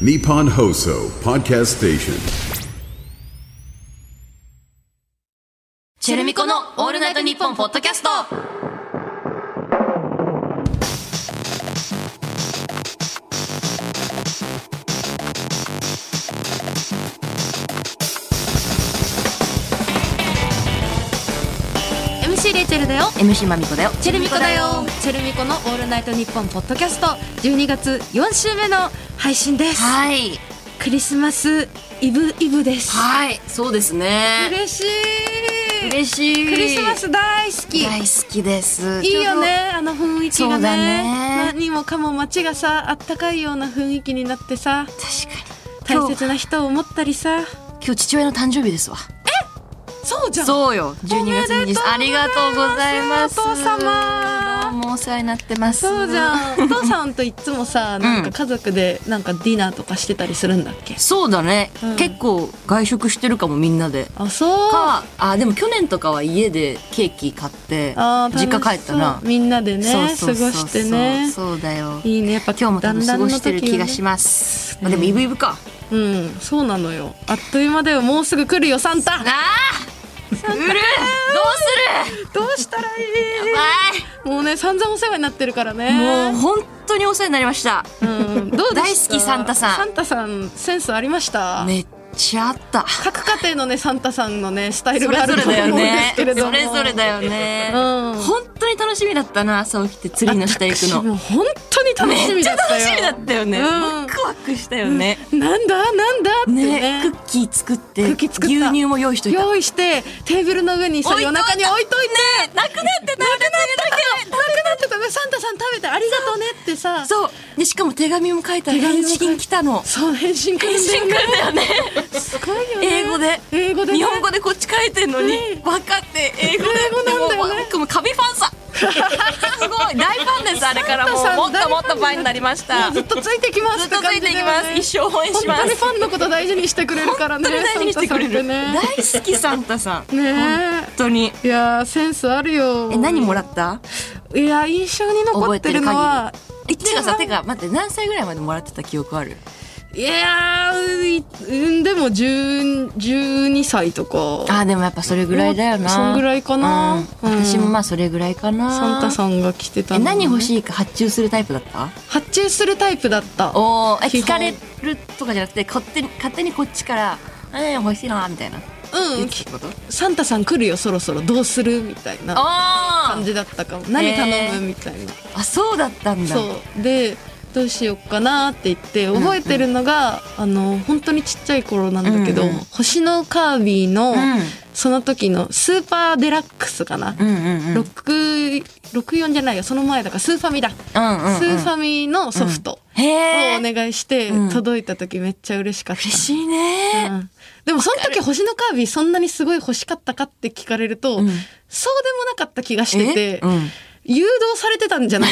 Nippon Hoso Podcast Station. チェルミコのオールナイトニッポンポッドキャストレチェルだよ MC まみこだよチェルミコだよチェルミコのオールナイトニッポンポッドキャスト12月4週目の配信ですはいクリスマスイブイブですはいそうですね嬉しい嬉しいクリスマス大好き大好きですいいよねあの雰囲気がそうだねね何もかも街がさあったかいような雰囲気になってさちょうど確かに今日大切な人を思ったりさ今日父親の誕生日ですわそうじゃんそうよ12月おめ20でとうございますありがとうございますお父様どうもお世話になってますそうじゃんお父さんといっつもさなんかうん家族でなんかディナーとかしてたりするんだっけ、そうだね、うん結構外食してるかもみんなであそうかあでも去年とかは家でケーキ買ってあー実家帰ったな楽しそうみんなでねそうそうそうそう過ごしてねそうだよいいねやっぱ今日も多分過ごしてる気がますします、だんだんの時はねまあ、でもイブイブかうんそうなのよあっという間だよもうすぐ来るよサンタ ああうるどうするどうしたらいわいもうね散々お世話になってるからねーいもう本当にお世話になりましたうんどうでした大好きサンタさんサンタさんセンスありました、めっちゃあった各家庭のねサンタさんのねスタイルそがれあぞるれとだ思ようんですねけれどもそれぞれだよね、うん本当に楽しみだったな朝起きて釣りの下行く私ものう本当に楽しめみっちだゃった楽よしみだったよね、うんワクワクしたよね、なんだなんだってねねクッキー作ってクッキー作った牛乳も用意しといた用意してテーブルの上にさ置いと夜いた中に置いといてねなくなってなくなってなくなってたサンタさん食べてありがとうねって さそうでしかも手紙も書いたら手紙も返書い信来たのそう返信くる返んだ信よ来るんねだよねすごいよね英語で英語でね日本語でこっち書いてんのにね分かって英語で英語なんだよねでも僕もカビファンさすごい大ファンですあれからもうサンタさんもっともっとファンになりましたずっとついてきまずすっってとつ感じいだていきよますね一生応援しま本当にすファンのこと大事にしてくれるから本ね当に大事にしてくれサるンタさんってね大好きサンタさんねえ本当にいやーセンスあるよえ何もらったいやー印象に残ってるのはえてかさ一番てか待って何歳ぐらいまでもらってた記憶あるいやーうんでも10 12歳とかあーでもやっぱそれぐらいだよなそんぐらいかなうんうん私もまあそれぐらいかなサンタさんが来てたえの何欲いしいか発注するタイプだった発注するタイプだったおーえ基聞本かれるとかじゃなくて勝手に勝手にこっちから「うん欲しいな」みたいなう言んってたことサンタさん来るよそろそろどうするみたいなあ感ーじだったかも何頼へーむみたいなあそうだったんだそうでどうしようかなって言って覚えてるのが、あの本当にちっちゃい頃なんだけど、うんうん星のカービィの、んその時のスーパーデラックスかな、うんうんうん六六64じゃないよその前だからスーファミだ、うんうんうんスーファミのソフトへをえお願いして、うん届いた時めっちゃ嬉しかった嬉しいね、うんでもその時星のカービィそんなにすごい欲しかったかって聞かれると、うんそうでもなかった気がしててえ、うん誘導されてたんじ ゃない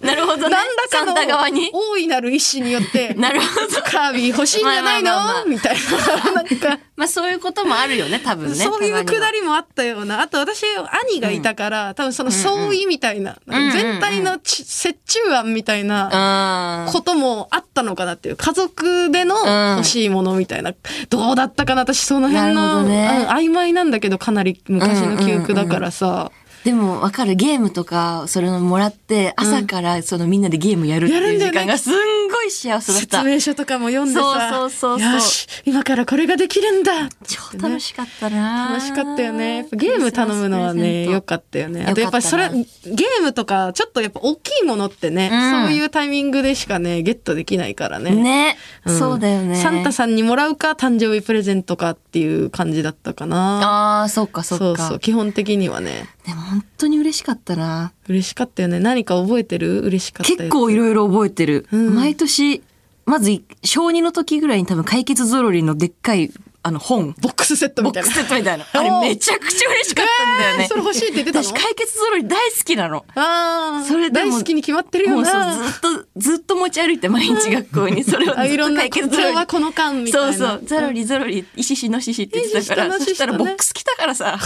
なるほどね何らかサンタ側のに大いなる意思によって なるほどカービィ欲しいんじゃないまあまあまあのまあみたいななんかまあそういうこともあるよね多分ねそういうくだりりもあったようなあと私兄がいたから多分その相違みたいなうんうん全体のち折衷案みたいなあーこともあったのかなっていう家族でのん欲しいものみたいなどうだったかな私その辺なるのほどねうん曖昧なんだけどかなり昔の記憶だからさでも分かるゲームとかそれのもらって朝からそのみんなでゲームやるってやいるんうだ時よね間がすんごい幸せだっ説た明書とかも読んでさそうそうそうそうよし今からこれができるんだ超楽しかったな楽しかったよね。やっぱゲーム頼むのはね、良かったよね。あとや良っかぱったなそれ、ゲームとか、ちょっとやっぱ大きいものってね、うんそういうタイミングでしかね、ゲットできないからね。ね、んそうだよねサンタさんにもらうか、誕生日プレゼントかっていう感じだったかな。ああそうかそうそうかそう、基本的にはね。でも本当に嬉しかったな嬉しかったよね。何か覚えてる嬉しかったやつ結構いろいろ覚えてる、ん毎年まず小二の時ぐらいに多分解決ぞろりのでっかいあの本ボックスセットボッみたいクな。スセットみたいなおーあれめちゃくちゃ嬉しかったんだよえねーそれ欲しいって言ってたの私解決ぞろり大好きなのああ、それでも大好きに決まってるもようそな。うずっとずっと持ち歩いて毎日学校にそれをずっあいろとんな解こ決ちらはこの間みたいなそうそうゾロリゾロリ石しのししって言ってたから、石そしのししとねしたらボックス来たからさ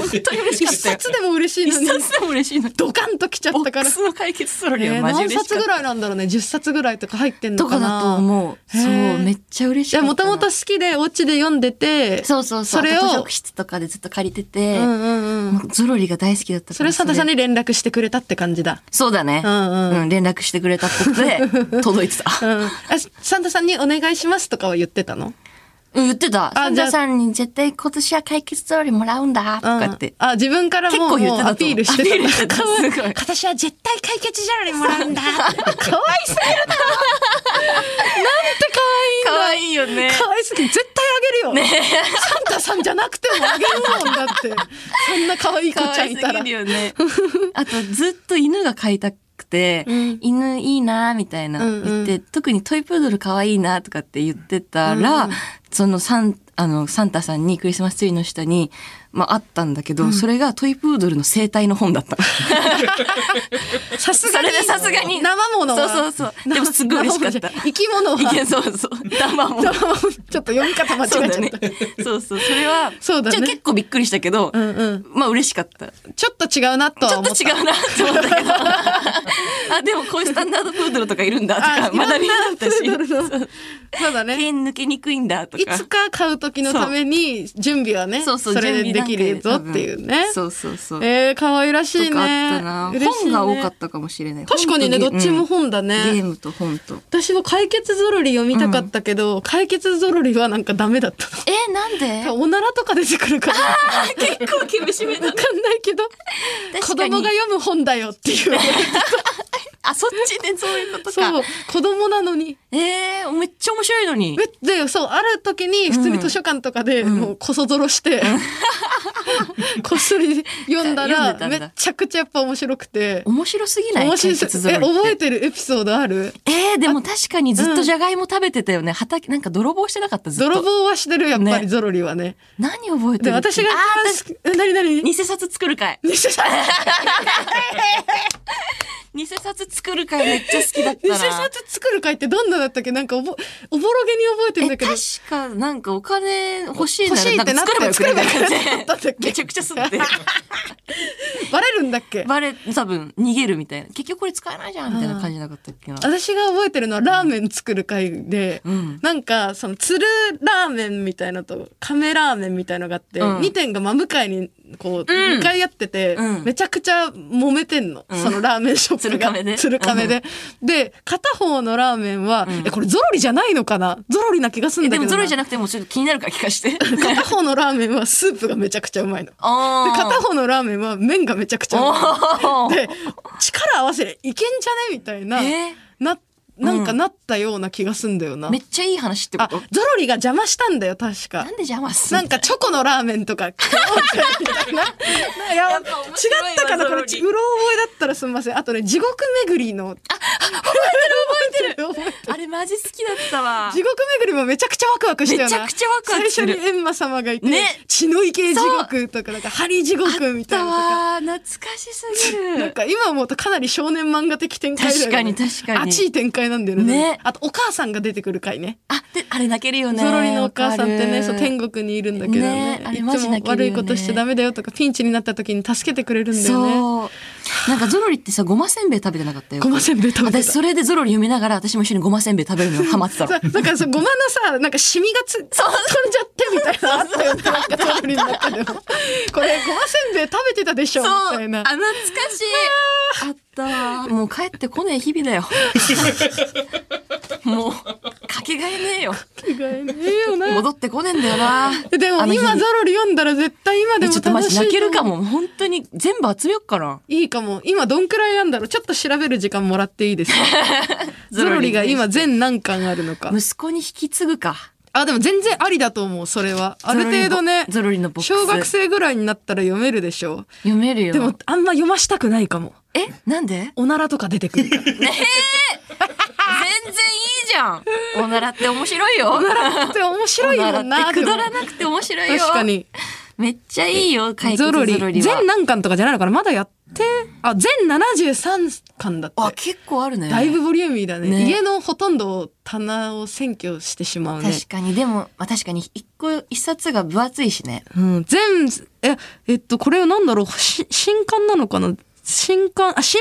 本当に嬉し一かったよ冊でも嬉しい一のに冊でも嬉しいのにドカンと来ちゃボったッかクら、スの解決ゾロリえはーマジ何嬉しかった、冊ぐらいなんだろうね10冊ぐらいとか入ってんのとかかなだと思うそうへーめっちゃ嬉しじかゃっあたもともと好きでお家で読んでてそうそうそうそれをあと図書室とかでずっと借りてて、うんうんうんもうゾロリが大好きだったからそれをサタさんに連絡してくれたって感じだそうだね、うんうん連絡してくれたってこと で届いてた うん、あサンタさんにお願いしますとかは言ってたのうん言ってた。サンじゃタあさんに絶対今年は解決通りもらうんだとかってうん。あ自分から結も構う言ってもうたアとピ思うールしてアピールして たたすごい私は絶対解決じゃらにもらうんだ かわいすぎる可愛いよねかわいすぎる絶対あげるよ、サンタさんじゃなくてもあげるもんだってそんな可愛い子可ちゃん愛いすたらぎるよね。あとずっと犬が飼いたくて、うん犬いいなみたいなうんう言っんて、特にトイプードル可愛いなとかって言ってたら、そのサン、あの、サンタさんにクリスマスツリーの下に、まああったんだけど、それがトイプードルの生態の本だった。さすそれでさすがに生ものはそうそうそうでもすごい嬉しかった生ものじゃ生き物いはや、そうそう。生も。ちょっと読み方間違そうえちゃっだた、ね。そうそう。それは、そうだねちょっと結構びっくりしたけど、うんうんまあ嬉しかった。ちょっと違うなとちょはっ思とった違うなって思ったけど。あ、でもこういうスタンダードプードルとかいるんだとあか、学びになったしい。ろんなプードルのそうそうだね毛抜けにくいんだといか。つか買う時のために準備はね、そうそう、れで準備で段き階るぞ多っ分ていうね。そうそうそう。えー、可愛らしいね。とかあったな。嬉しい本ねが多かったかもしれない。確かにね、ど本っとちも本だゲーね。ムと本と。私も解決ぞろり読みたかったけど、解決ぞろりはなんかダメだったの。え、なんでおならとか出てくるから。あ結構厳しめだわかんないけど、子確かに供が読む本だよっていう。あ、そっちでそういうことそかう。、子供なのに。えー、めっちゃ面白いのに。で、そう、ある時に普通に図書館とかでもうこそぞろして、こっそり読んだ読んでたら、んだめちゃくちゃやっぱ面白くて。面白すぎない面白い解決ぞえろりって覚えてるエピソードあるえー、でも確かにずっとじゃがいも食べてたよね。畑、なんか泥棒してなかった、ずっと。泥棒はしてるやっぱねりゾロリはね何覚えてでる私があ一番好きえ何何ー偽札作る会。 偽札偽札作る会めっちゃ好きだっ偽たな。札作る会ってどんなだったっけなんかおぼおぼろげに覚えてるんえ、だけど確か、なんかお金欲しいな欲しら、いなっんてかなっ作ればてよく作ねればみたよいな感く なかったんだっじで めけちゃくちゃ吸って。 バレるんだっけバレ、多分逃げるみたいな。結局これ使えないじゃんみたいな感じなかったっけな。私が覚えてるのはラーメン作る会で、うんなんかそのつるラーメンみたいなのと亀ラーメンみたいのがあって、うん2点が真向かいにこう、うん向かい合ってて、うんめちゃくちゃ揉めてんの、そのラーメンショップが鶴亀で鶴亀で、で片方のラーメンは、えこれゾロリじゃないのかなゾロリな気がするえんだでけどもゾロリじゃななくてもちょっと気になるから聞か して。片方のラーメンはスープがめちゃくちゃうまいのであー片方のラーメンは麺がめちゃくちゃうまいのおー で力合わせりゃいけんじゃねみたいな、えななんかなったような気がすんだよな、めっちゃいい話ってこあとゾロリが邪魔したんだよ確かなんで邪魔すんなのんかチョコのラーメンとか食おうぜみたい ないやや違っっぱ面白いわたかなこゾロれうろリ覚えだったらすみませんあとね地獄巡りのあ覚えてる覚えてる覚えてるあれマジ好きだったわ。 地獄巡りもめちゃくちゃワクワクしたよなめちゃくちゃワクワクする最初にエンマ様がいて、ね血の池地獄とかなんか針地獄みたいなのとあかったわー懐かしすぎ なんる。か今思うとかなり少年漫画的展開だよね。確かに確かに熱い展開なんだよね。ねあとお母さんが出てくる回ね。あ、で、あれ泣けるよね。ゾロリのお母さんってね、そう天国国にいるんだけどねねあいれつマジも泣ける悪よねいことしちゃダメだよとか、ピンチになった時に助けてくれるんだよね。そう。なんかゾロリってさ、ごませんべい食べてなかったよ。ごませんべい食べてた私それでゾロリ読みながら、私も一緒にごませんべい食べるのハマってたの。さだ からそうごまのさ、なんかシミがつ、飛んじゃってみたいなのあったよね。なんかゾロリの中でも。これごませんべい食べてたでしょみそう。あ、たいな懐。かしい。あったわもう帰ってこねえ日々 だよ。もう、かけがえねえよ。意外ねえよな。戻ってこねえんだよな。 でもあの日今ゾロリ読んだら絶対今でえもちょっ楽しいとと思マう。ジ泣けるかも。本当に全部集めよっかな。いいかも。今どんくらいあんだろうちょっと調べる時間もらってい いですかゾロリが今全何巻あるのか。息子に引き継ぐか。あ、でも全然ありだと思う、それは。ある程度ね。ゾロリのボックス小学生ぐらいになったら読めるでしょ読めるよ。う。でも、あんま読ましたくないかも。え、なんで？ねおならとか出てくるから。え、全然いいじゃん。 おならって面白いよ。おなら でも面白いよな。ってくだでらもなくて面白いよ。確かに。めっちゃいいよ。解決ゾゾロロリ。リは。全何巻とかじゃないのかなまだやって、あ、全73巻だっあ、て。結構あるね。だいぶボリューミーだね。ね家のほとんど棚を占拠してしまうね。確かに、でも、まあ、確かに、一個、一冊が分厚いしね。うん、全、え、えっと、これはなんだろう、し新刊なのかな新刊、あ、新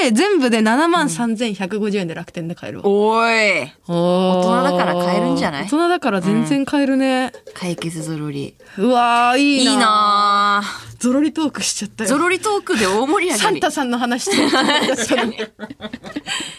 品で全部で7万3150円で楽天で買えるわ。おーい。大大人だから買えるんじゃない大人だから全然買えるね。解決ぞろり。うわー、いいいな。いなぁゾロリトークしちゃったよ。ゾロリトークで大盛り上サがンり。タさんの話して るそれ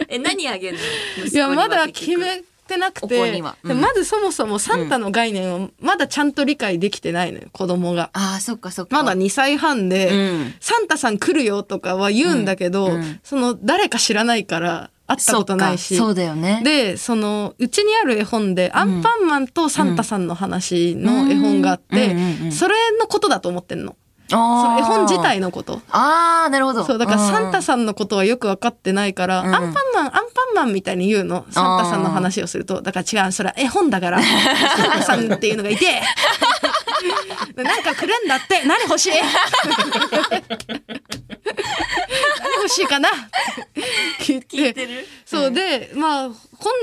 え、何あげんのいや、まだ決息子にはめてなくお子てには、うんでまずそもそもサンタの概念をまだちゃんと理解できてないのよ、子供が。ああ、そっかそっか。まだ2歳半で、うんサンタさん来るよとかは言うんだけど、うんその誰か知らないから会ったことないし。そうだよね。で、その、うちにある絵本で、アンパンマンとサンタさんの話の絵本があっうてんうんうんう、んそれのことだと思ってんの。そあのー絵本自。体のこと。ああ、なるほど。そう、だからサンタささんのことはよく分かってないから、んアンパンマン、アンパンマンみたいに言うの。サンタさんの話をすると、だから違う、それは絵本だ から、サンタさんっていうのがいて、なんかくれんだって、何欲しい何欲しいかなって聞いて。聞いてるそうで、まあ、本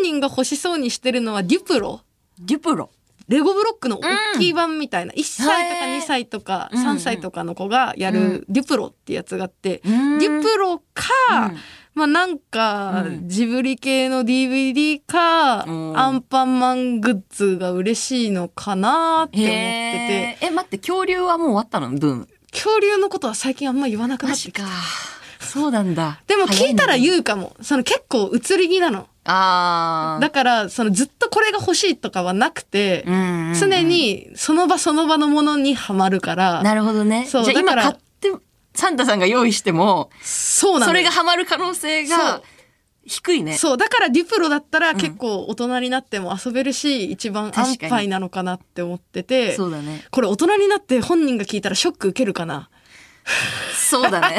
人が欲しそうにしてるのはデュプロ。デュプロ。レゴブロックの大きい版みたいな、1歳とかへー2歳とかうんうん3歳とかの子がやるデュプロってやつがあって、んデュプロか、うんまあなんかうんジブリ系の DVD か、うんアンパンマングッズが嬉しいのかなって思っててへーえ、待って、恐竜はもう終わったのブーム。恐竜のことは最近あんま言わなくなマってきジたか。そうなんだ。でも聞いたらう。言うかもその結構移り気なのああ。だからそのずっとこれが欲しいとかはなくて、うんうん常にその場その場のものにはまるからなるほどね。じそゃうあ今買だからって、サンタさんが用意しても、そうなのそれよがハマる可能性そうが低いね。そう、だからデュプロだったら結構大人になっても遊べるし、一番安確か牌になのかなって思ってて、そうだね。これ大人になって本人が聞いたらショック受ける かな。そうだ ね。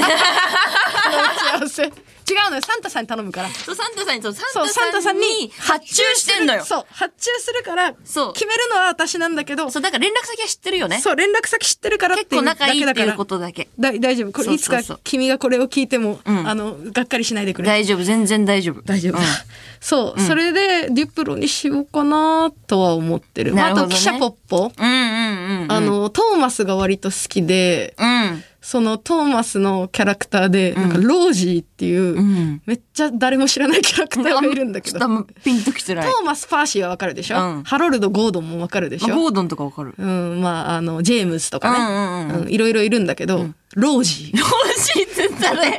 幸せ。違うのよ、サンタさんに頼むから。そう、サンタさんに、そう、サそう、サンンタタささんんにに発注してんのよ。そそう、発注するから、そう決めるのは私なんだけど、う、だから連絡先は知ってるよね。そう、連絡先知ってるからって結構だ仲いけいっだていかうらこ。とだけ。だ大丈夫。これそういつそうかそう君がこれを聞いても、うんあの、がっかりしないでくれ。大丈夫、全然大丈夫。大丈夫、うん そう、それでデュプロにしようかなとは思ってる。なるほあどと、ね記者ポッポ。うんうんうん。あ、の、トーマスが割と好きで、うん。そのトーマスのキャラクターで、なんかロージーっていう、うん。めっちゃ誰も知らないキャラクターがいるんだけど、ちょトっとピンときてない。ーマス・パーシーはわかるでしょ、うんハロルド・ゴードンもわかるでしあょゴードンとかわかる。うん、まあ、あの、ジェームスとかね、うんうんうんいろいろいるんだけど、ロージー。ロージーって言ったね。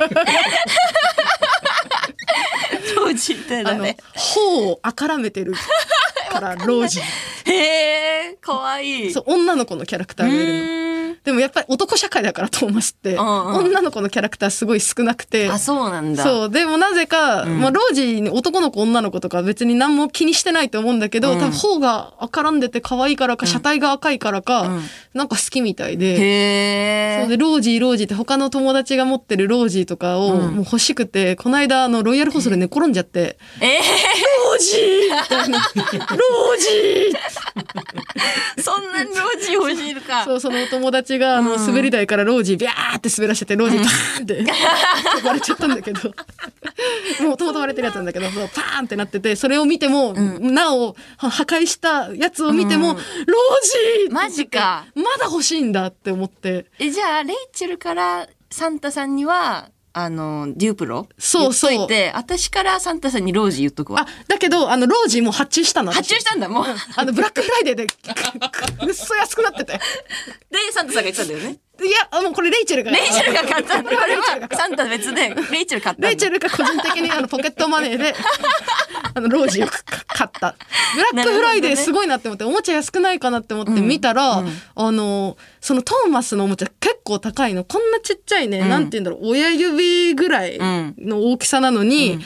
ロージー って言ったあのね。、頬をあからめてるから、ロ ージー。へえ、かわいい。そう、女の子のキャラクターがいるの。うーんでもやっぱり男社会だから、トーマスって、んうん女の子のキャラクターすごい少なくて、あ、そうなんだ。そう。でもなぜか、まあ、ロージーに男の子、女の子とか別に何も気にしてないと思うんだけど、うん多分頬が赤んでて可愛いからか、車体が赤いからか、うんなんか好きみたいで。へそえう。で、ロージー、ロージーって他の友達が持ってるロージーとかをもう欲しくて、この間、あの、ロイヤルホストで寝転んじゃって、えロージーみたいな。ロージーってー、 そんなにロージー欲しいのか。 そう、そのお友達が、あの、滑り台からロージービャーって滑らせて、ロージーパーンって、 飛ばれちゃったんだけど、 もう元々割れてるやつなんだけど、そうパーンってなってて、それを見ても、なお、は破壊したやつを見ても、ロージーマジか。まだ欲しいんだって思って、え、じゃあ、レイチェルからサンタさんには、あの、デュープロそうそう言っといて、私からサンタさんにロージー言っとくわあ。、だけど、あの、ロージーも発注したの。発注したんだ、もう。あの、ブラックフライデーで、くくっそ安くなってて。で、サンタさんが言ってたんだよね。いや、あもうこれ レイチェルが。レイチェルが買ったんだ。ここれれはレイチェルがは、サンタ別で、レイチェル買ったんだ。レイチェルが個人的にあのポケットマネーで、あの、ロージーをか買った。ブラックフライデーすごいなって思って、おもちゃ安くないかなって思って見たら、あの、そのトーマスのおもちゃ結構高いの。こんなちっちゃいね、なんて言うんだろう、親指ぐらいの大きさなのに、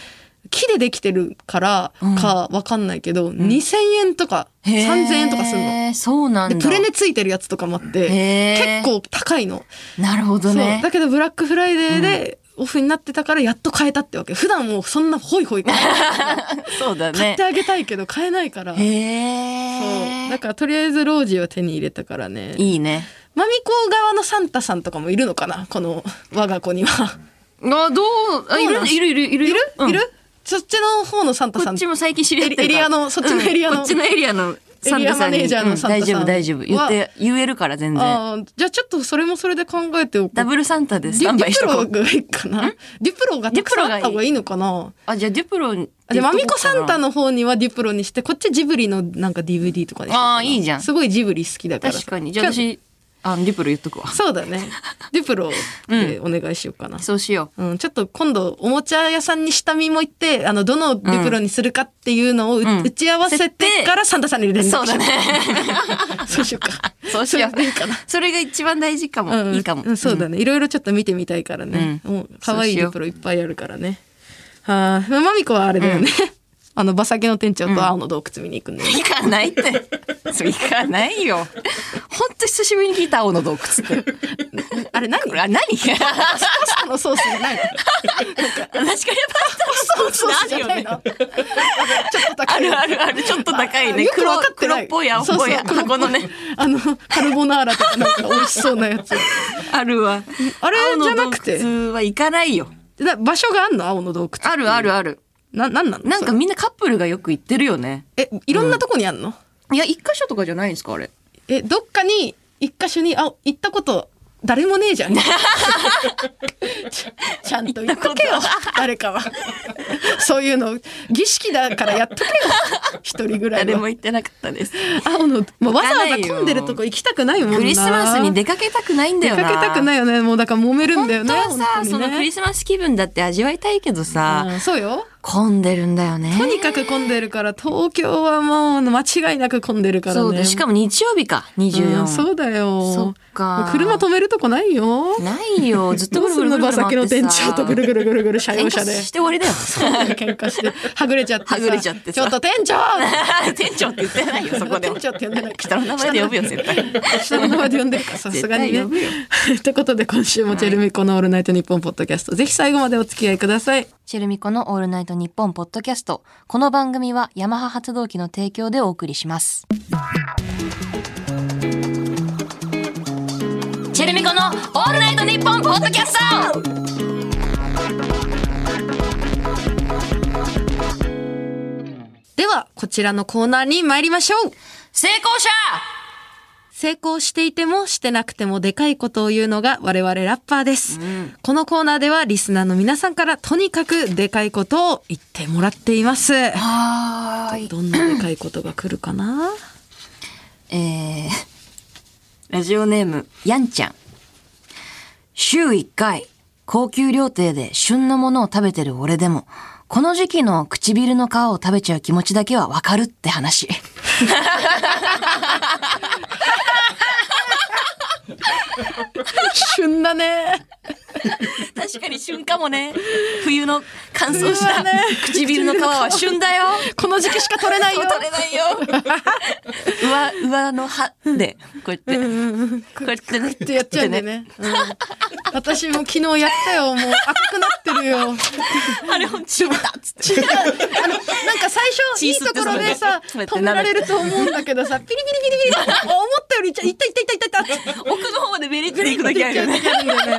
木でできてるからかわかんないけど、2000円とか3000へー円とかするの。そうなんで、だ。プレネついてるやつとかもあってへー、結構高いの。なるほどそうねだ。けどブラックフライデーでオフになってたからやっと買えたってわけ普段もうそんなホ イホイ買そうだっねて。あげたいけど買えないから、へそうえだ。からとりあえずロージーは手に入れたからねいいね。マミコ側のサンタさんとかもいるのかなこの我が子には。あどう あいどうなんるいるいるいるいよる、うんいるそっちの方のサンタこさっんちも最近知り合ってるからエリエリアのそっちのエリアのうんこっちのエリアのサンタさんにエリアマネージャーのサンタさんうん大丈夫大丈夫言って言えるから全然あーじゃあちょっとそれもそれで考えておくダブルサンタでデスタュンデバイュしとプこロうがいいかなデュプロがたくさんあった方がいいのかなあじゃあデュプロにあでマミコサンタのの方にはデュプロにしてこっちジブリのなんか DVD とかでしょあーいいじゃんすごいジブリ好きだから確かにじゃあ私あデュプロ言っとくわそうだねデュプロでお願いしようかな、そうしようん、ちょっと今度おもちゃ屋さんに下見も行ってあのどのデュプロにするかっていうのをう、ん打ち合わせてからサンタさんに連う絡しよそうだね そうしようか そうしよそれでいいうかなそれが一番大事かも、うんいいかも、うんそうだねいろいろちょっと見てみたいからね、うんもう可愛そういしデようュプロいっぱいあるからねはあマミコはあれだよね、 あの馬先の店長と青の洞窟見に行くんだよね、行かないって。そう行かないよ。ほんと久しぶりに聞いた青の洞窟って。あれ何これは何確かパスタのソースじ ゃないのにパスタのソースじゃよなねいのなんかちょっと高あいるあるある、ちょっと高いね。よく黒わかって黒ないっぽい青っぽいそうそう箱のね。あのカルボナーラとかなんか美味しそうな やつあるわ。あれ青のじゃなくて洞窟は行かないよ。だ場所があんの青の洞窟あるあるある。ななんなのなんかそれみんなカップルがよく行ってるよね。えいろんなとこにあんの、いや、一箇所とかじゃないんですか、あれ。えどっかに一箇所にあ行ったこと誰もねえじ ゃんちちゃんと言っとけよ誰かはそういうの儀式だからやっとけよ一人ぐらい 誰もは行ってなかったです。青のもうわざわざ行かないよ混んでるとこ行きたくないもんなクリスマスに出かけたくないんだ出よな。かけたくないよねもうだから揉めるん本だよね当はさ、本当そにねのクリスマス気分だって味わいたいけどさ、うんそうよ混んでるんだよね。とにかく混んでるから東京はもう間違いなく混んでるからねそうだ、しかも日曜日か、24。うんそうだよそっかもう車止めるとこないよないよ、ずっとどぐうるすぐんるのぐる 馬先の店長とぐるぐるぐるぐる車 喧用嘩車でして終わりだよ。 喧嘩してはぐれちゃってさはぐれちゃってさちょっと店長店長って言ってないよ、そこで店も。長って呼んでない人の名前で呼ぶよ、絶対。下の名前で呼んでるからさすがにね絶対呼ぶよってことで今週も「チェルミコのオールナイトニッポン」ポッドキャストぜひ最後までお付き合いくださいチェルミコのオールナイトニッポンポッドキャスト。この番組はヤマハ発動機の提供でお送りします。チェルミコのオールナイトニッポンポッドキャストではこちらのコーナーに参りましょう成功者成功していてもしてなくてもでかいことを言うのが我々ラッパーです、このコーナーではリスナーの皆さんからとにかくでかいことを言ってもらっていますはーい。どんなでかいことが来るかなえー、ラジオネーム、やんちゃん。週1回、高級料亭で旬のものを食べてる俺でも、この時期の唇の皮を食べちゃう気持ちだけはわかるって話。旬だね確かに旬かも ね。冬の乾燥した唇の皮は旬だよ。この時期しか取れないよない よ。上、上の歯で、こうやって、こうやってね。ってやっちゃうんだよねうん、私も昨日やったよもう赤くなってるよあれ、ほんちだっつって。あのなんか最初チいーいズところでさそうやって止められると思うんだけどさピリピリピリピリあ思ったよりいっちゃいったいったいったいった奥の方までベリっていくだけあるよね。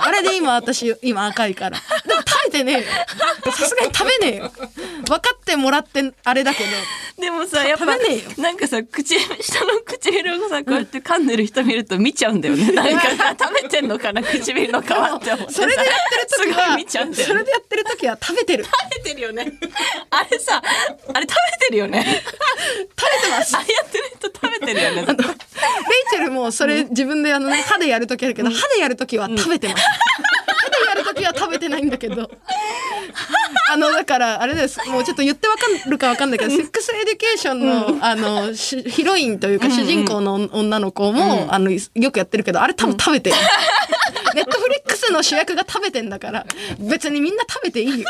あれで今私今赤いからでも食べてねえよさすがに食べねえよ分かってもらってあれだけどでもさ、やっぱ食べねえよ、なんかさ、口、下の唇をさ、こうやって噛んでる人見ると見ちゃうんだよね。なんかさ、食べてんのかな、唇の皮って思ってさ それでやってるすご時いは見ちゃうんだよそねれでやってる時は食べてる食食べてるよね。あれさ、あれ食べてるよね。べてますあれやってる人食べてるよね。レイチェルもそれ自分であのね歯でやる時あるけど歯でやる時は食べてます歯でやる時は食べてないんだけどあのだからあれですもうちょっと言ってわかるかわかんないけどセックスエデュケーションの,、あのしヒロインというか主人公の女の子も、あのよくやってるけどあれ多分食べてる、ネットフリックスの主役が食べてんだから別にみんな食べてい いよ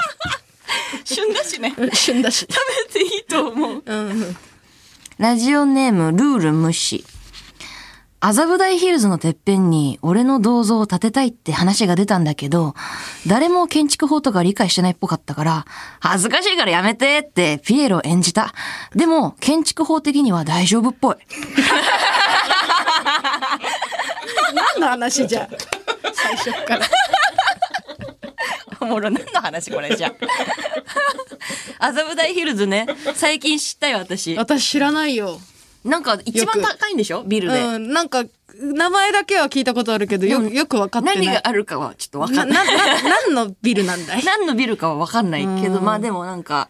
旬だしね。旬だし、食べていいと思う。うんうん、ラジオネーム、ルール無視。麻布台ヒルズのてっぺんに俺の銅像を建てたいって話が出たんだけど、誰も建築法とか理解してないっぽかったから、恥ずかしいからやめてってピエロを演じた。でも、建築法的には大丈夫っぽい。なんの話じゃん最初っ からおもろ何の話これじゃあ麻布台ヒルズね最近知ったよ私私知らないよ、なんか一番よく高いんでしょビルで、うん、なんか名前だけは聞いたことあるけどよくよく分かってない何があるかはちょっとわかなんないなな何のビルなんだい何のビルかはわかんないけどまあでもなんか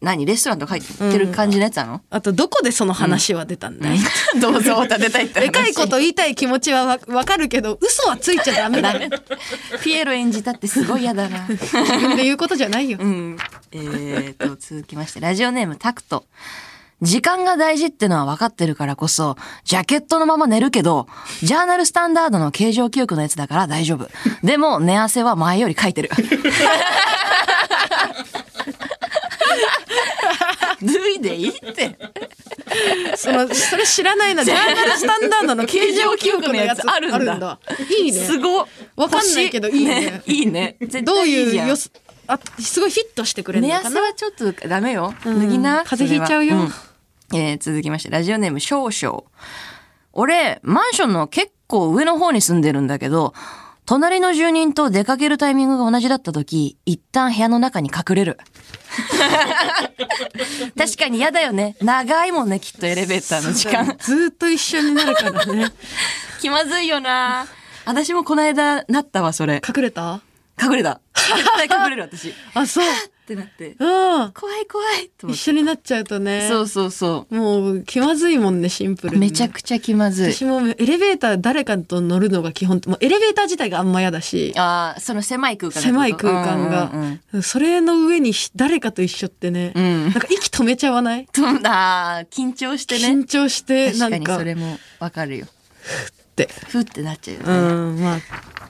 何レストランとか入ってる感じのやつなの、あとどこでその話は出たんだい、 銅像を建てたいって話でかいこと言いたい気持ちはわ分かるけど嘘はついちゃダメだダメピエロ演じたってすごい嫌だな自分で言うことじゃない よ、うん。えー、と、続きまして、ラジオネームタクト。時間が大事ってのは分かってるからこそ、ジャケットのまま寝るけど、ジャーナルスタンダードの形状記憶のやつだから大丈夫。でも、寝汗は前よりかいてる。 脱いでいいって。そのそれ知らないなジャーナルスタンダードの形状記憶のやつあるんだいいねすご。わかんないけどいいね欲しいいいね。絶対どういうじゃんよすあすごいフィットしてくれる寝のか汗なはちょっとダメよ。脱んぎな。風邪ひいちゃうよそれはんえー続きまして、ラジオネーム少々。俺、マンションの結構上の方に住んでるんだけど、隣の住人と出かけるタイミングが同じだった時、一旦部屋の中に隠れる。 確かに嫌だよね。長いもんね、きっとエレベーターの時間。ずーっと一緒になるからね気まずいよな。私もこの間なったわ、それ。隠れた隠れた。絶対隠れる、 私。っあそうてなって。うん怖い怖いと思一って。緒になっちゃうとねそうそうそう。もう気まずいもんねシンプルにねめちゃくちゃ気まずい。私もエレベーター誰かと乗るのが基本もうエレベーター自体があんま嫌だしああ、その狭い空間狭い空間が、うんうんそれの上にひ誰かと一緒ってね、んなんか息止めちゃわないうん。 とあー緊張してね。緊張して確なかんにかそっれもわかるよ。てふってなっちゃうようね。んまあ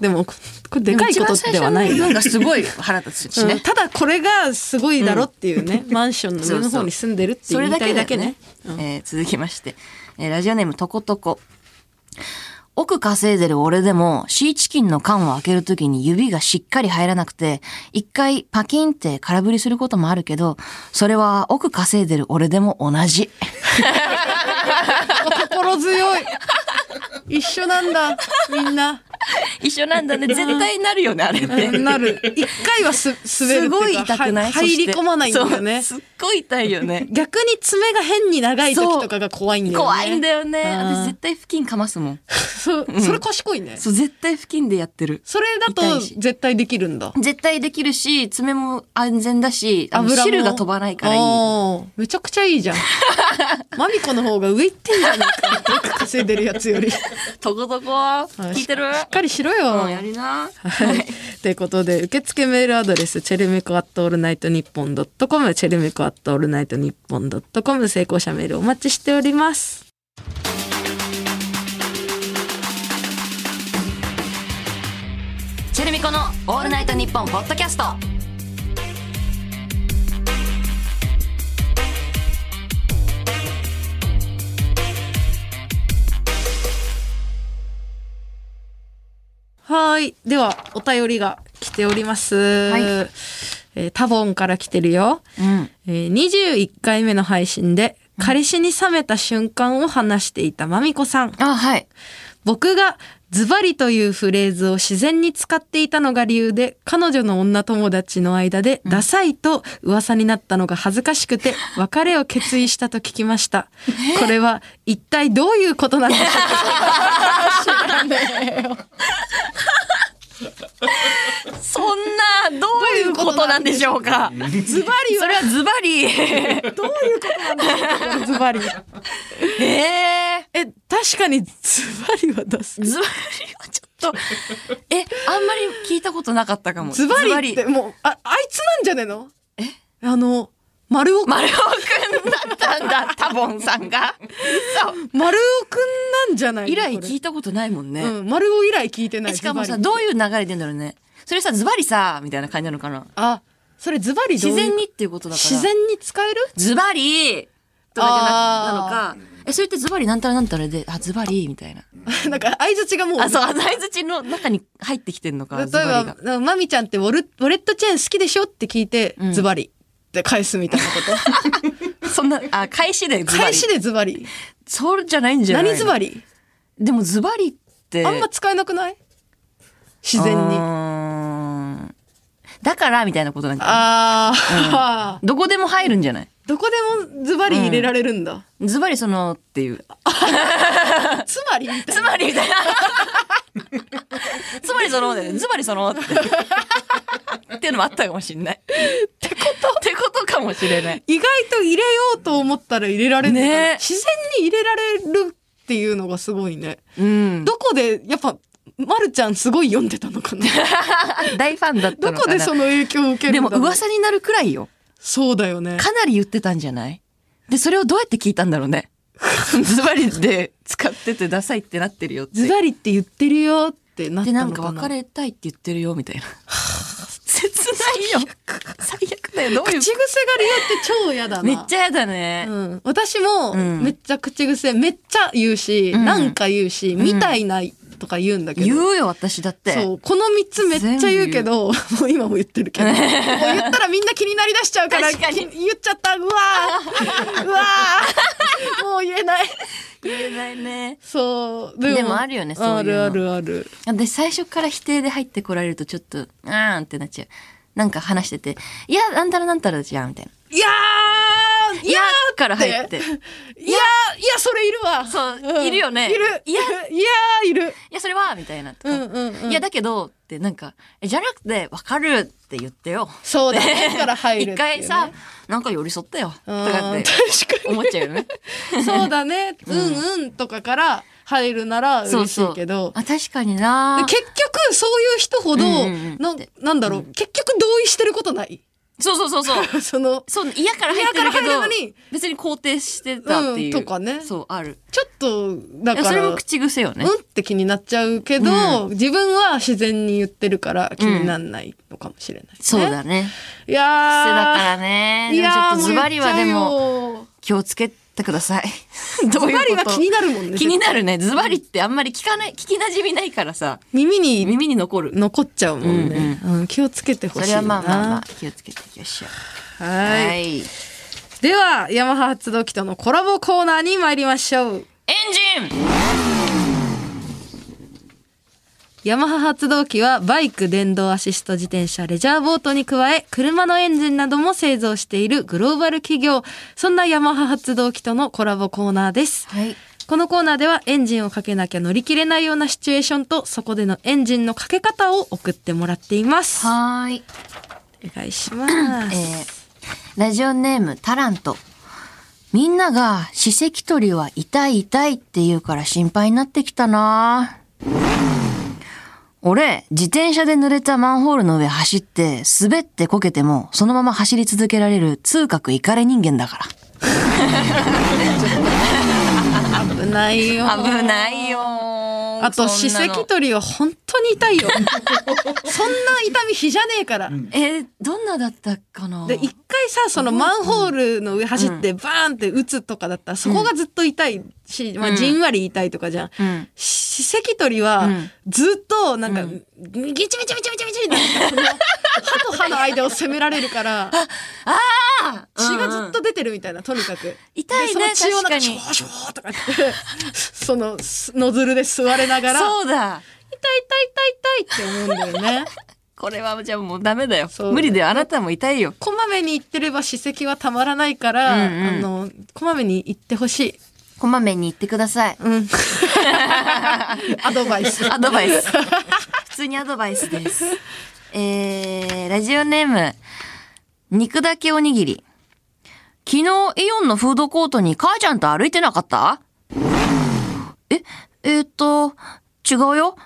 でもここれでかいことではない一番最初のよなんかすごい 腹立つしうねん。ただこれがすごいだろっていうね、マンションの上のそうそ方うに住んでるってそいうれ言だいたけいだだけけねえーね。続きまして、えーラジオネームとことこ。奥稼いでる俺でも、シーチキンの缶を開けるときに指がしっかり入らなくて、一回パキンって空振りすることもあるけど、それは奥稼いでる俺でも同じ。心強い一緒なんだみんな 一緒なんだね。絶対なるよね、あれっう。んなる一回はす滑るすってごいいうか痛くなはい入り込まないんだよねそうすっごい痛いよね。 逆に爪が変に長い時とかが怖いんだよね怖いんだよね。うん私絶対布巾かますもん。そうそれ賢いね、そう、絶対布巾でやってる。それだ痛といし絶対できるんだ絶対できるし、爪も安全だし、あの油も汁が飛ばないからいい。おーめちゃくちゃい いじゃんマミコの方が上行ってんじゃねえかよく稼いでるやつ よりとことこ、聞いてるしっかりしろよ、うん、やりな。はい。ということで、受付メールアドレス、チェルミコアットオールナイトニッポンドットコム、チェルミコアットオールナイトニッポンドットコム、成功者メールお待ちしております。チェルミコのオールナイトニッポンポッドキャスト。はい。では、お便りが来ておりまいす。えータボンから来てるよ。うん。えー21回目の配信で、彼氏に冷めた瞬間を話していたまみこさん。あ、はい。僕がズバリというフレーズを自然に使っていたのが理由で彼女の女友達の間でダサいと噂になったのが恥ずかしく て別れを決意したと聞きました。これは一体どういうことなんでしょ うかそんな、どういうことなんでしょうか。ズバリそれはズバリ。どういうことなんでしょうかズバリ。え ええ、確かにズバリはダサい。ズバリはちょっと、え、あんまり聞いたことなかったかも。ズバリってもう、あ、あいつなんじゃねえのえあの、丸尾、丸尾くんだったんだ、タボンさんが。そう。丸尾くんなんじゃないの以来これ聞いたことないもんね。うん、丸尾以来聞いてなえい。しかもズバさ、リどういう流れでんだろうね。それさ、ズバリさ、みたいな感じなのかな。あ、それズバリど自ういう然にっていうことだから。自然に使えるズバリとかじゃななあのか。え、それってズバリなんたらなんたらで、あ、ズバリみたいな。 なんか相槌がもう。あ、 そう、あの相づちの中に入ってきてんの例 か、えズバリばが。、なんかマミちゃんってウォルウォレットチェーン好きでしょって聞いて、うんズバリって返すみたいなこそんな、あ、 返しでズと。 バリ。返しでズバリ。そうじゃないんじゃない何ズバリでもズバリって。あんま使えなくない自然に。に。だから、みたいなことなんじゃないああ、どこでも入るんじゃない どこでもズバリ入れられるんだ。ズバリそのっていう。つまりみたいつまりみたい な。つまりその、ズバリそのって。っていうのもあったかもしれない。ってことってことかもしれない。意外と入れようと思ったら入れられる、ね自然に入れられるっていうのがすごいね。うん。どこで、やっぱ、まるちゃんすごい読んでたの かな大ファンだったどのかな。こでその影響を受けでるんもだろう噂になるくらいよ。そうだよね。かなり言ってたんじゃないで、それをどうやって聞いたんだろうね。 ズバリで使っててダサいってなってるよって。ズバリって言ってるよってなっで、たなのんかかな別れたいって言ってるよみたいな。 切ないよ。最悪だよ。どういう口癖が理由って超嫌だな。めっちゃやだねう。ん、私もんめっちゃ口癖めっちゃ言うし、んなんか言うし、みたいなとか言うんだけど。言うよ、私だって。そうこの3つめっちゃ言うけどもう今も言っ てるけどもう言ったらみんな気になりだしちゃうから確かに言っちゃったう わーうわーもう言えない言えないね。そうでもあるよねそういうのあるあるあるで、最初から否定で入ってこられるとちょっと、あーんってなっちゃう。なんか話してて、いや、なんたらなんたらじゃん、みたいな。いやーいやーからって入って。いやーいやそれいるわそういるよねいるいや いやーいるいや、それは、みたいなとうか。んうんうんいや、だけど、ってなんか、えじゃなくて、わかるって言ってよ。そうだねから入る一っていう回ねさ、なんか寄り添ってよ。とうんかって確か思っちゃうよね。にそうだねうんうんとかから入るならそ 嬉うしそう。いけどあ、確かになで結局そういう人ほど、うんうんうんななんだろう、結局同意してることない。 そうそうそうそう。そのそう、嫌から入ってるけ嫌からど入るのに、別に肯定してたっていう。うんとかねそう、ある。ちょっとだいやかそれらも口癖よね。うんって気になっちゃうけど、自分は自然に言ってるから気になんないのかもしれない、ねそうだね。いやー癖だからね。いでもちょやっとズバリはでも、気をつけてください。 どうズいうバリこはと気になるもんね気になるね。ズバリってあんまり聞かない、聞き馴染みないからさ、耳に耳に残る。残っちゃうもんね、うん気をつけてそほしいれはなまあまあまあ、気をつけていきましょう。はいはい。エンジではヤマハ発動機とのコラボコーナーに参りましょうンヤマハ発動機はバイク、電動アシスト自転車、レジャーボートに加え、車のエンジンなども製造しているグローバル企業。そんなヤマハ発動機とのコラボコーナーです。はい。このコーナーではエンジンをかけなきゃ乗り切れないようなシチュエーションと、そこでのエンジンのかけ方を送ってもらっています。おはーい。願いしまえす。ーラジオネームタラント。みんなが、歯石取りは痛い痛いって言うから心配になってきたな俺、自転車で濡れたマンホールの上走って、滑ってこけても、そのまま走り続けられる痛覚イカレ人間だか危ないよ。ら。危ないよーあと、歯そんなの石取りは本当に痛いよ。そんな痛み、火じゃねえから。えーどんなだったかなで一回さそのマンホールの上走ってバーンって打つとかだったらそこがずっと痛いし、まあ、じんわり痛いとかじゃん。うんし関取りはんずっとなんか、ギチギチギチギチギチギチなんかその歯と歯の間を攻められ るから血がずっと出てるみたいなとにかく痛いねでその血をなん確かかにショーショーとかってそのすノズルで吸われながら痛いそうだ痛い痛い痛いって思うんだよねこれはじゃあもうダメだよそう無理だよあなたも痛いよこまめに行ってれば歯石はたまらないから、うんうんあのこまめに行ってほしいこまめに言ってくださいうん。アドバイ ス。 アドバイス。 普通にアドバイスです。えー、ラジオネーム、肉だけおにぎり。昨日、イオンのフードコートに母ちゃんと歩いてなかったえ、えー、っと、違うよ。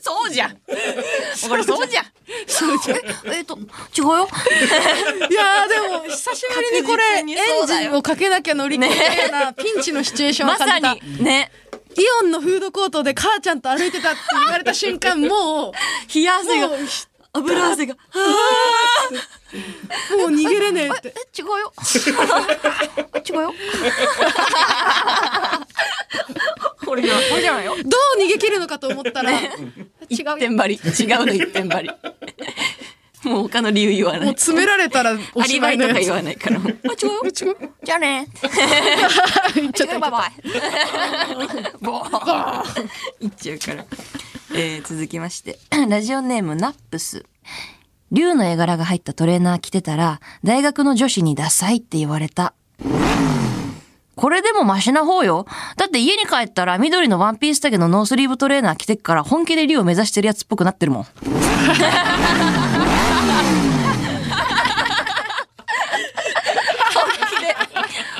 そうじゃん。 これそうじゃん。そうじゃん。えー、っと、違うよ。いやーでも、久しぶりにこれ、確実エにそンうだよジンをかけなきゃ乗り切れないな、ピンチのシチュエーションを ま感さじた。に、ね。イオンのフードコートで母ちゃんと歩いてたって言われた 瞬間、も冷やう、汗がもう、油汗 が。もう逃げれね えって。え、違うよ。違うよ。これじゃない。これじゃないよ。どう逃げ切るのかと思ったら、違うよ。 張り。違うの一点張り。もう他の理由言わなもうい。詰められたら おアしリまバいイとのやかつ。言わないから。もうあ、違ううちもじゃあね。言っちゃった。バイ。 ボーン。いっちゃうから。えー、続きまして。 ラジオネームナップス。竜の絵柄が入ったトレーナー着てたら、大学の女子にダサいって言われた。これでもマシな方よ。だって家に帰ったら緑のワンピース丈のノースリーブトレーナー着てっから本気で竜を目指してるやつっぽくなってるもん。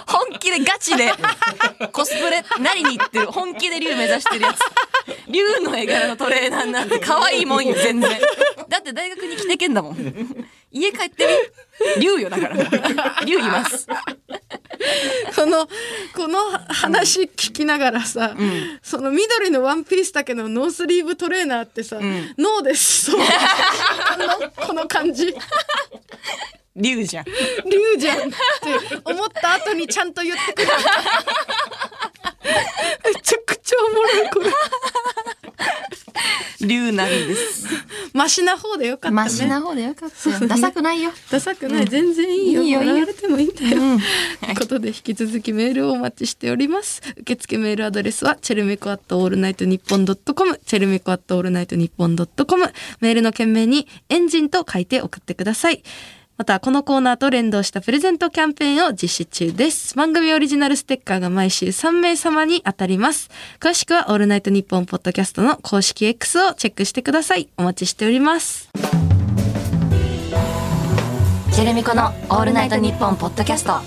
本気でガチで、コスプレ、なりに行ってる。本気で竜目指してるやつ。竜の絵柄のトレーナーなんて 可愛いもんよ、全然。だって大学に着てけんだもん。家帰ってみ。竜よ、だから。竜います。この、この話聞きながらさ、その緑のワンピースだけのノースリーブトレーナーってさ、ノーです。そう この、この感じ。竜じゃん。竜じゃんって思った後にちゃんと言ってくる。めちゃくちゃおもろい、これ。竜なんです。マシな方でよかったね。マシな方でよかったよ。ダサくないよ。ダサくない、全然いいよいいよいいよ笑われてもいいんだよ、ということで引き続きメールをお待ちしております受付メールアドレスはチェルメコアットオールナイトニッポンドットコムチェルメコアットオールナイトニッポンドットコムメールの件名にエンジンと書いて送ってくださいまたこのコーナーと連動したプレゼントキャンペーンを実施中です番組オリジナルステッカーが毎週3名様に当たります詳しくはオールナイトニッポンポッドキャストの公式 X をチェックしてくださいお待ちしておりますジェルミコのオールナイトニッポンポッドキャスト。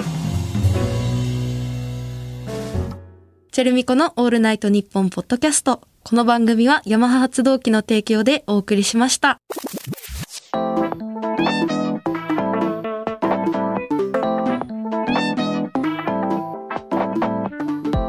チェルミコのオールナイトニッポンポッドキャスト。この番組はヤマハ発動機の提供でお送りしました。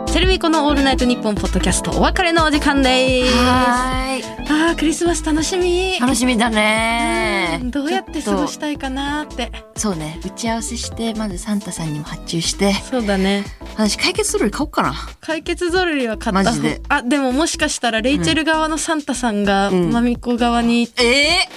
チェルミコのオールナイトニッポンポッドキャストお別れのお時間です。あはあー、クリスマス楽しみい。。楽しみだねうん。どうやって過ごしちょたいかなって。っとそうね。打ち合わせして、まずサンタさんにも発注して。そうだね。私解決するより買おうかな。解決ぞろりは買ったマジであ、でももしかしたらレイチェル側のサンタさんが、マミコ側にええ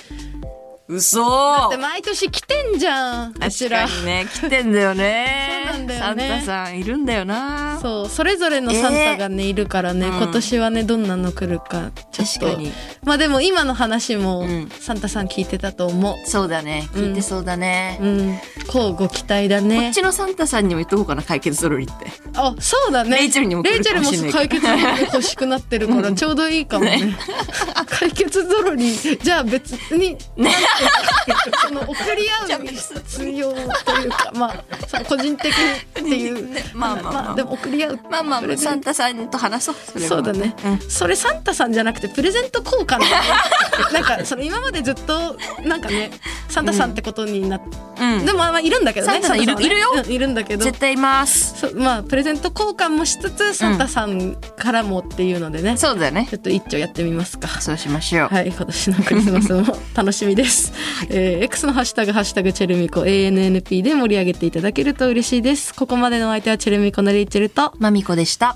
嘘で毎年来てんじゃんうち確らかにね来てんだよそうなんねだよねサンタさんいるんだよなそうそれぞれのサンタがね、いるからね、うん今年はねどんなの来るかちょっ確かとにまあでも今の話も、んサンタさん聞いてたと思そうだね。聞いてそうだねう。うんこうご期待だこっねちのサンタさんにも言っとこうかな解決ゾロリってあそうだねレイチェルにも来レイるチェかルももしれないから解決ゾロリ欲しくなってるからちょうどいいかもね解決ゾロリじゃあ別に、なんてその送り合う必要というかまあその個人的にってい う、ねまあまあまあでも送り合うまあまプレあゼントサンタさんと話そうそれはそうだね、それサンタさんじゃなくてプレゼント交 換だねなんかその今までずっとなんかねサンタさんってことになって、うんでもまあまあいるんだけどねサンタさんいるはねいるようんいるんだけど絶対います。そうまあプレゼント交換もしつつサンタさんからもっていうのでね、ちょそうだね。っと一丁やってみますかそうしましょう。はい、今年のクリスマ スも楽しみです。えー X のハッシュタグ、ハッシュタグ、チェルミコ、ANNP で盛り上げていただけると嬉しいです。ここまでのお相手はチェルミコのレイチェルと、まみこでした。